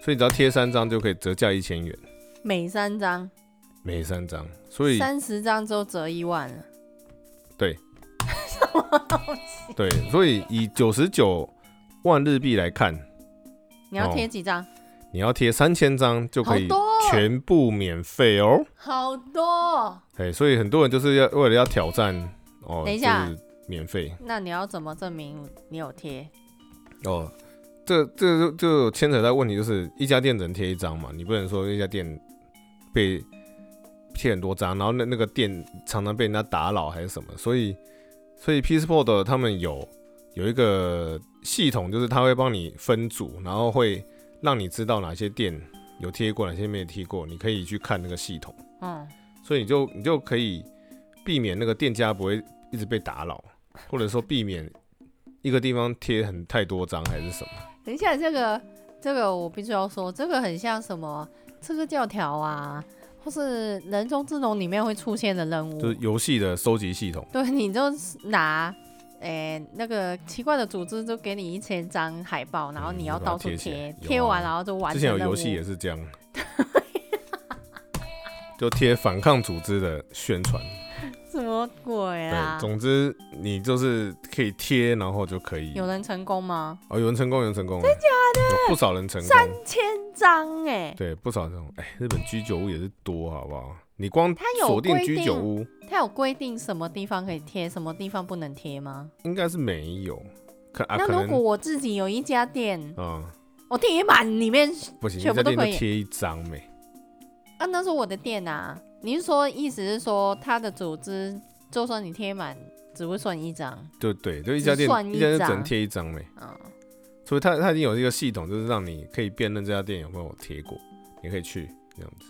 A: 所以只要贴三张就可以折价一千元，
B: 每三张
A: 每三张。所以
B: 三十张就折一万了，
A: 对
B: 什么东西？
A: 对，所以以九十九万日币来看，
B: 你要
A: 哦
B: 贴几张？
A: 你要贴三千张就
B: 好
A: 可以
B: 多哦，
A: 全部免费哦。
B: 好多哦。
A: 哎，所以很多人就是要为了要挑战哦，
B: 等一下
A: 就是免费
B: 那你要怎么证明你有贴？
A: 哦。这这就就有牵扯到问题，就是一家店只能贴一张嘛，你不能说一家店被贴很多张，然后那那个店常常被人家打扰还是什么，所以所以 Peace Pod 他们有有一个系统，就是他会帮你分组，然后会让你知道哪些店有贴过，哪些没有贴过，你可以去看那个系统。
B: 嗯，
A: 所以你就你就可以避免那个店家不会一直被打扰，或者说避免一个地方贴很太多张还是什么。
B: 等一下，这个这个我必须要说，这个很像什么？这个教条啊，或是人中之龙里面会出现的任务，
A: 就是游戏的收集系统，
B: 对，你就是拿，诶、那个奇怪的组织就给你一千张海报，然后
A: 嗯
B: 你
A: 你
B: 要
A: 把它
B: 到处
A: 贴起来
B: 贴，
A: 有
B: 贴、
A: 啊
B: 完然后就完
A: 之
B: 成
A: 前有
B: 任
A: 游戏
B: 务
A: 也是这 样，就贴反抗组织的宣传。
B: 什么鬼啊
A: 对，？总之你就是可以贴，然后就可以。
B: 有人成功吗？
A: 哦，有人成功，有人成功，真假的？有不少人成功，
B: 千张哎、
A: 对，不少这种。哎，日本居酒屋也是多，好不好？你光
B: 它有
A: 锁定
B: 规
A: 居
B: 定
A: 酒屋，
B: 它有规定什么地方可以贴，什么地方不能贴吗？
A: 应该是没有。可啊，
B: 那
A: 可
B: 如果
A: 能
B: 我自己有一家店，
A: 嗯，
B: 我贴满里面
A: 不行，你
B: 全
A: 在
B: 部都
A: 店
B: 可
A: 就
B: 以
A: 贴一张没？
B: 啊，那是我的店啊。你是说意思是说它的组织，就算你贴满，只会算一张？
A: 对对，就一
B: 只
A: 家店
B: 算一
A: 一家店只
B: 张
A: 能贴一张没，
B: 嗯，
A: 所以它它已经有一个系统，就是让你可以辨认这家店有没有贴过，你可以去这样子。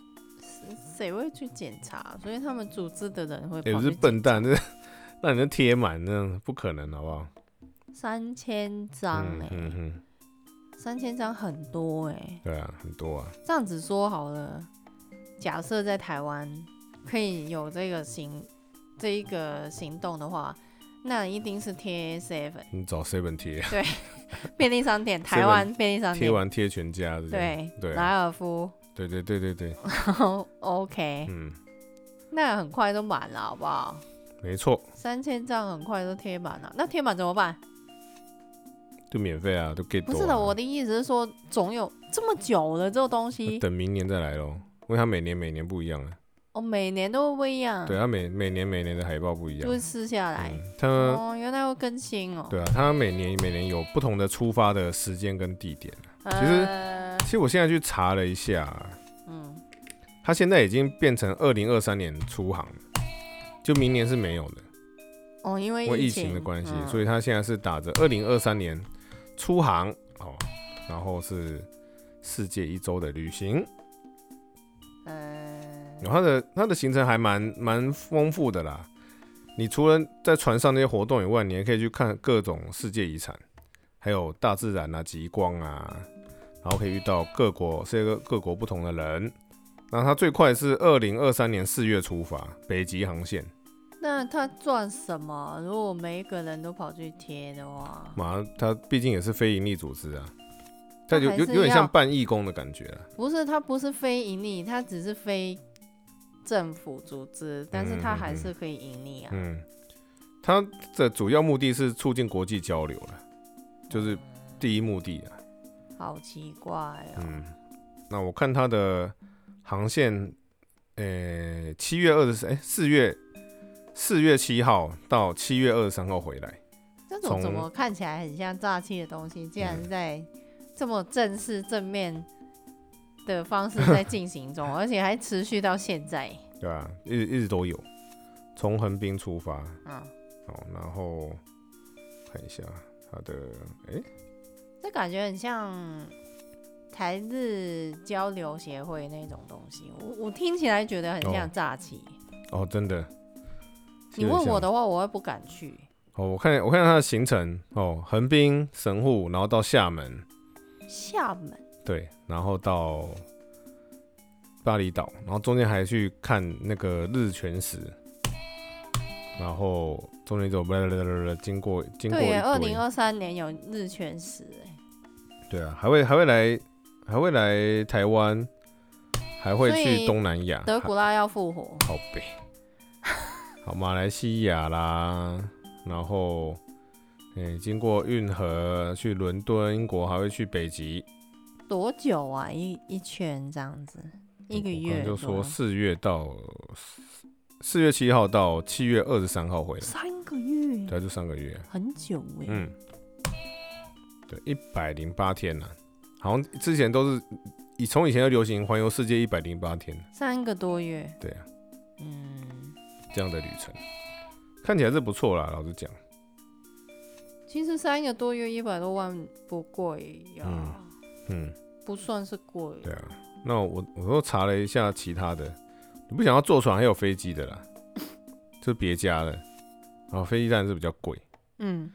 B: 谁会去检查？所以他们组织的人会
A: 也、
B: 跑
A: 不
B: 去
A: 是
B: 检
A: 笨蛋， 这让人贴满那样不可能，好不好？
B: 三千张
A: 嗯
B: 哎、
A: 嗯嗯，
B: 三千张很多哎、
A: 对啊，很多啊，
B: 这样子说好了，假设在台湾可以有这个行这一个行动的话，那一定是贴 seven
A: 你找 seven 贴，
B: 便利商店，台湾便利商
A: 贴
B: 店，
A: 完贴全家这样。
B: 对，
A: 对啊
B: 莱尔夫
A: 对对对对对，
B: ，OK，、
A: 嗯，
B: 那很快就满了，好不好？
A: 没错，
B: 三千张很快就贴满了，那贴满怎么办？
A: 就免费啊，都 get
B: 不是的，我的意思是说，总有这么久了，这个东西，
A: 等明年再来咯，因为它每年每年不一样啊，
B: 哦，每年都不一样，
A: 对，它每每年每年的海报不一
B: 嗯就
A: 样
B: 会，撕下来。
A: 嗯，它。
B: 哦，原来会更新哦。
A: 对啊，它每年每年有不同的出发的时间跟地点。其实
B: 呃，
A: 其实我现在去查了一下，
B: 嗯，
A: 它现在已经变成二零二三年出航了，就明年是没有的，
B: 哦，因为
A: 因为疫
B: 情
A: 情的关系，
B: 嗯
A: 所以它现在是打着二零二三年出航哦，然后是世界一周的旅行，
B: 呃，
A: 然后它的它的行程还蛮蛮丰富的啦。你除了在船上那些活动以外，你还可以去看各种世界遗产，还有大自然啊、极光啊，然后可以遇到各国世界各各国不同的人。那它最快是二零二三年四月出发，北极航线，
B: 那他赚什么？如果每一个人都跑去贴的话，
A: 马上它毕竟也是非营利组织啊，但有
B: 还
A: 有
B: 是
A: 有点
B: 要
A: 像办义工的感觉啊。
B: 不是他不是非盈利，他只是非政府组织，但是他还是可以盈利啊。
A: 嗯，它的主要目的是促进国际交流了，就是第一目的啊。
B: 好奇怪哦，
A: 嗯，那我看它的航线，呃，七月二十，哎，四月四月七号到七月二十三号回来，
B: 那种怎
A: 从嗯
B: 么看起来很像诈欺的东西，竟然在这么正式正面的方式在进行中， 而且还持续到现在。
A: 对啊，一直一直都有，从横滨出发
B: 嗯，
A: 哦，然后看一下它的，哎、
B: 这感觉很像台日交流协会那种东西，我我听起来觉得很像
A: 哦
B: 诈欺。
A: 哦，真的，
B: 你问我
A: 的，
B: 的话，我会不敢去。
A: 哦，我看我看它的行程，哦，横滨、神户，然后到厦门，
B: 厦门
A: 对，然后到巴厘岛，然后中间还去看那个日全食，然后中间就 经过经过
B: 对
A: 一
B: 耶，二
A: 堆
B: 零二三年有日全食 耶，
A: 对啊，还会还会来，还会来台湾，还会
B: 所以
A: 去东南亚，
B: 德古拉要复活，
A: 好北，好马来西亚啦，然后诶、经过运河去伦敦，英国还会去北极。
B: 多久啊？一一圈这样子，一个
A: 我刚
B: 月
A: 刚就
B: 多
A: 说四月到四月七号到七月二十三号回来，
B: 三个月，
A: 对啊，就三个月。
B: 很久哎、
A: 嗯，对，一百零八天呐、好像之前都是以从以前的流行环游世界一百零八天，
B: 三个多月，
A: 对啊。
B: 嗯，
A: 这样的旅程，看起来是不错啦。老实讲，
B: 其实三个多月一百多万不贵呀、
A: 嗯，
B: 不算是贵，
A: 对啊。那我我又查了一下其他的，你不想要坐船还有飞机的啦，就别家了。然后飞机当然是比较贵。
B: 嗯，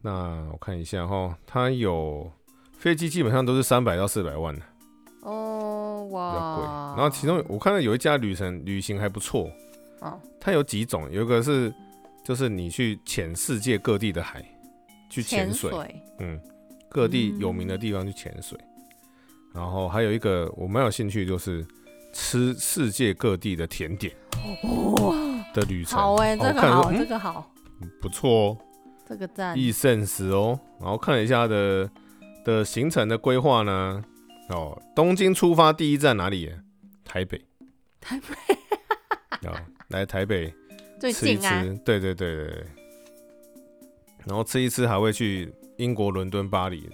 A: 那我看一下哈，它有飞机基本上都是三百到四百万的，
B: 哦
A: 比较贵。
B: 哇，
A: 然后其中我看到有一家旅程旅行还不错，
B: 哦，
A: 它有几种，有一个是就是你去潜世界各地的海去潜
B: 潜
A: 水，嗯，各地有名的地方去潜水。
B: 嗯
A: 然后还有一个我蛮有兴趣，就是吃世界各地的甜点
B: 哇，
A: 的旅程。
B: 哦好哎、
A: 哦
B: 这个
A: 看了
B: 好，
A: 说
B: 这
A: 嗯
B: 个好，
A: 不错哦，
B: 这个赞，
A: 易胜时哦。然后看了一下它的的行程的规划呢，哦，东京出发第一站哪里？台北。
B: 台
A: 北。 哦，来台北
B: 最
A: 吃一
B: 近啊，
A: 吃，对对对对对。然后吃一吃，还会去英国伦敦、巴黎，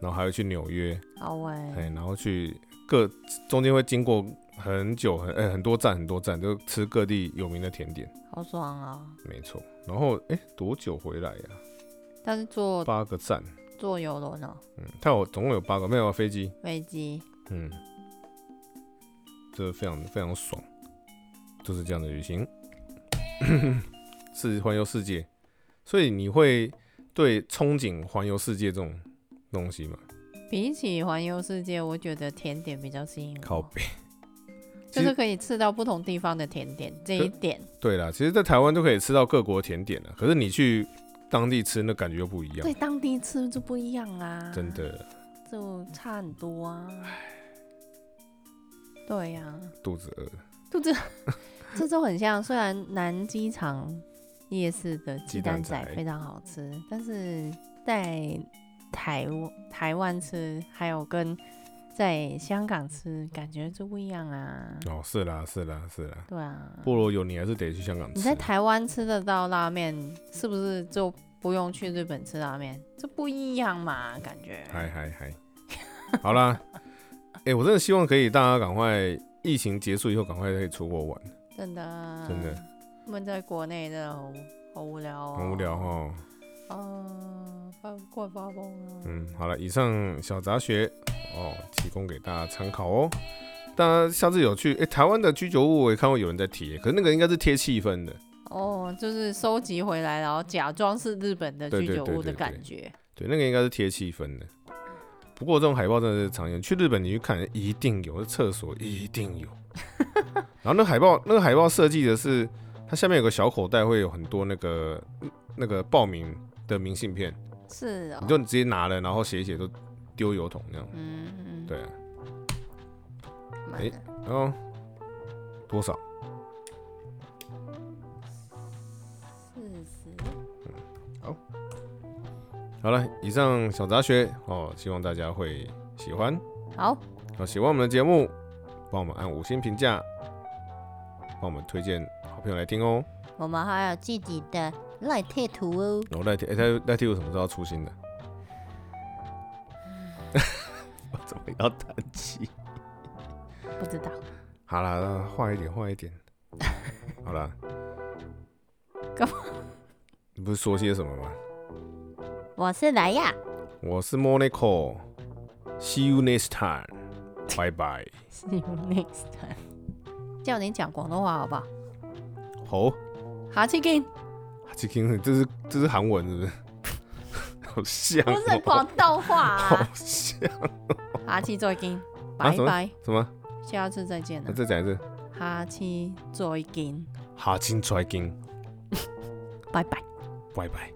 A: 然后还会去纽约，
B: 好哎、
A: 哎，然后去各中间会经过很久很哎、很多站很多站，就吃各地有名的甜点，
B: 好爽啊！
A: 没错。然后哎、多久回来呀、
B: 但是坐
A: 八个站，
B: 坐游轮哦，
A: 嗯，它有总共有八个，没有飞机，
B: 飞机，
A: 嗯，这非常非常爽，就是这样的旅行， 是环游世界，所以你会对憧憬环游世界这种东西吗？
B: 比起环游世界，我觉得甜点比较吸引
A: 靠
B: 我，
A: 北。其
B: 就
A: 实
B: 是可以吃到不同地方的甜点这一点。
A: 对啦，其实，在台湾都可以吃到各国甜点了，可是你去当地吃，那感觉又不一样
B: 对，，当地吃就不一样啊，
A: 真，的
B: 就差很多啊。对呀、
A: 肚子饿了。
B: 就这 这就很像，虽然南机场夜市的鸡
A: 鸡蛋
B: 蛋仔
A: 仔
B: 非常好吃，但是在台台湾吃，还有跟在香港吃，感觉就不一样啊。
A: 哦，是啦，是啦，是啦，
B: 对啊，
A: 菠萝油你还是得去香港
B: 你
A: 吃
B: 在。台湾吃得到拉面，是不是就不用去日本吃拉面？这不一样嘛，感觉。
A: 嗨嗨嗨， 好啦，哎、我真的希望可以大家赶快疫情结束以后，赶快可以出国玩，
B: 真的，
A: 真的。
B: 闷在国内真的好好无聊、哦，
A: 很无聊。哈。
B: 嗯、发快发疯了。
A: 嗯，好了，以上小杂学哦，提供给大家参考哦。大家下次有去哎、诶台湾的居酒屋，我也看过有人在贴，可是那个应该是贴气氛的。
B: 哦，就是收集回来，然后假装是日本的
A: 对
B: 居
A: 对
B: 酒
A: 对
B: 屋的
A: 对
B: 感
A: 对
B: 觉。
A: 对，那个应该是贴气氛的。不过这种海报真的是常见，去日本你去看一定有，那厕所一定有。然后那海报，那个海报设计的是，它下面有个小口袋，会有很多那个那个报名的明信片，
B: 是哦
A: 你，就直接拿了，然后写一写都丢油桶那样。
B: 嗯，嗯，
A: 对啊，
B: 蛮
A: 诶然后多少？
B: 四十，
A: 好了，以上小杂学哦，希望大家会喜欢。
B: 好，
A: 好，喜欢我们的节目，帮我们按五星评价，帮我们推荐好朋友来听哦。
C: 我们还有自己的赖贴图哦。
A: 然后赖贴，哎、他赖贴我什么时候要出新的？ 我怎么要叹气？
B: 不知道。
A: 好啦，坏一点，坏一点。好啦，
B: 干
A: 嘛？你不是说些什么吗？
C: 我是莱亚，
A: 我是 Monaco，See you next time，拜拜。
B: See you next time。叫你讲广东话好不好？
A: 好，
B: 下次见。
A: 哦这个这是这是韩文是 不是？好像、
B: 不
A: 哦，
B: 是广东话、
A: 好
B: 啊，
A: 像
B: 下次再 见，
A: 啊
B: 拜
A: 什么
B: 拜，
A: 什么？
B: 下次再见
A: 那
B: 了，
A: 再讲一次，
B: 下次再见，
A: 哈金出来金，
B: 拜拜。
A: 拜拜。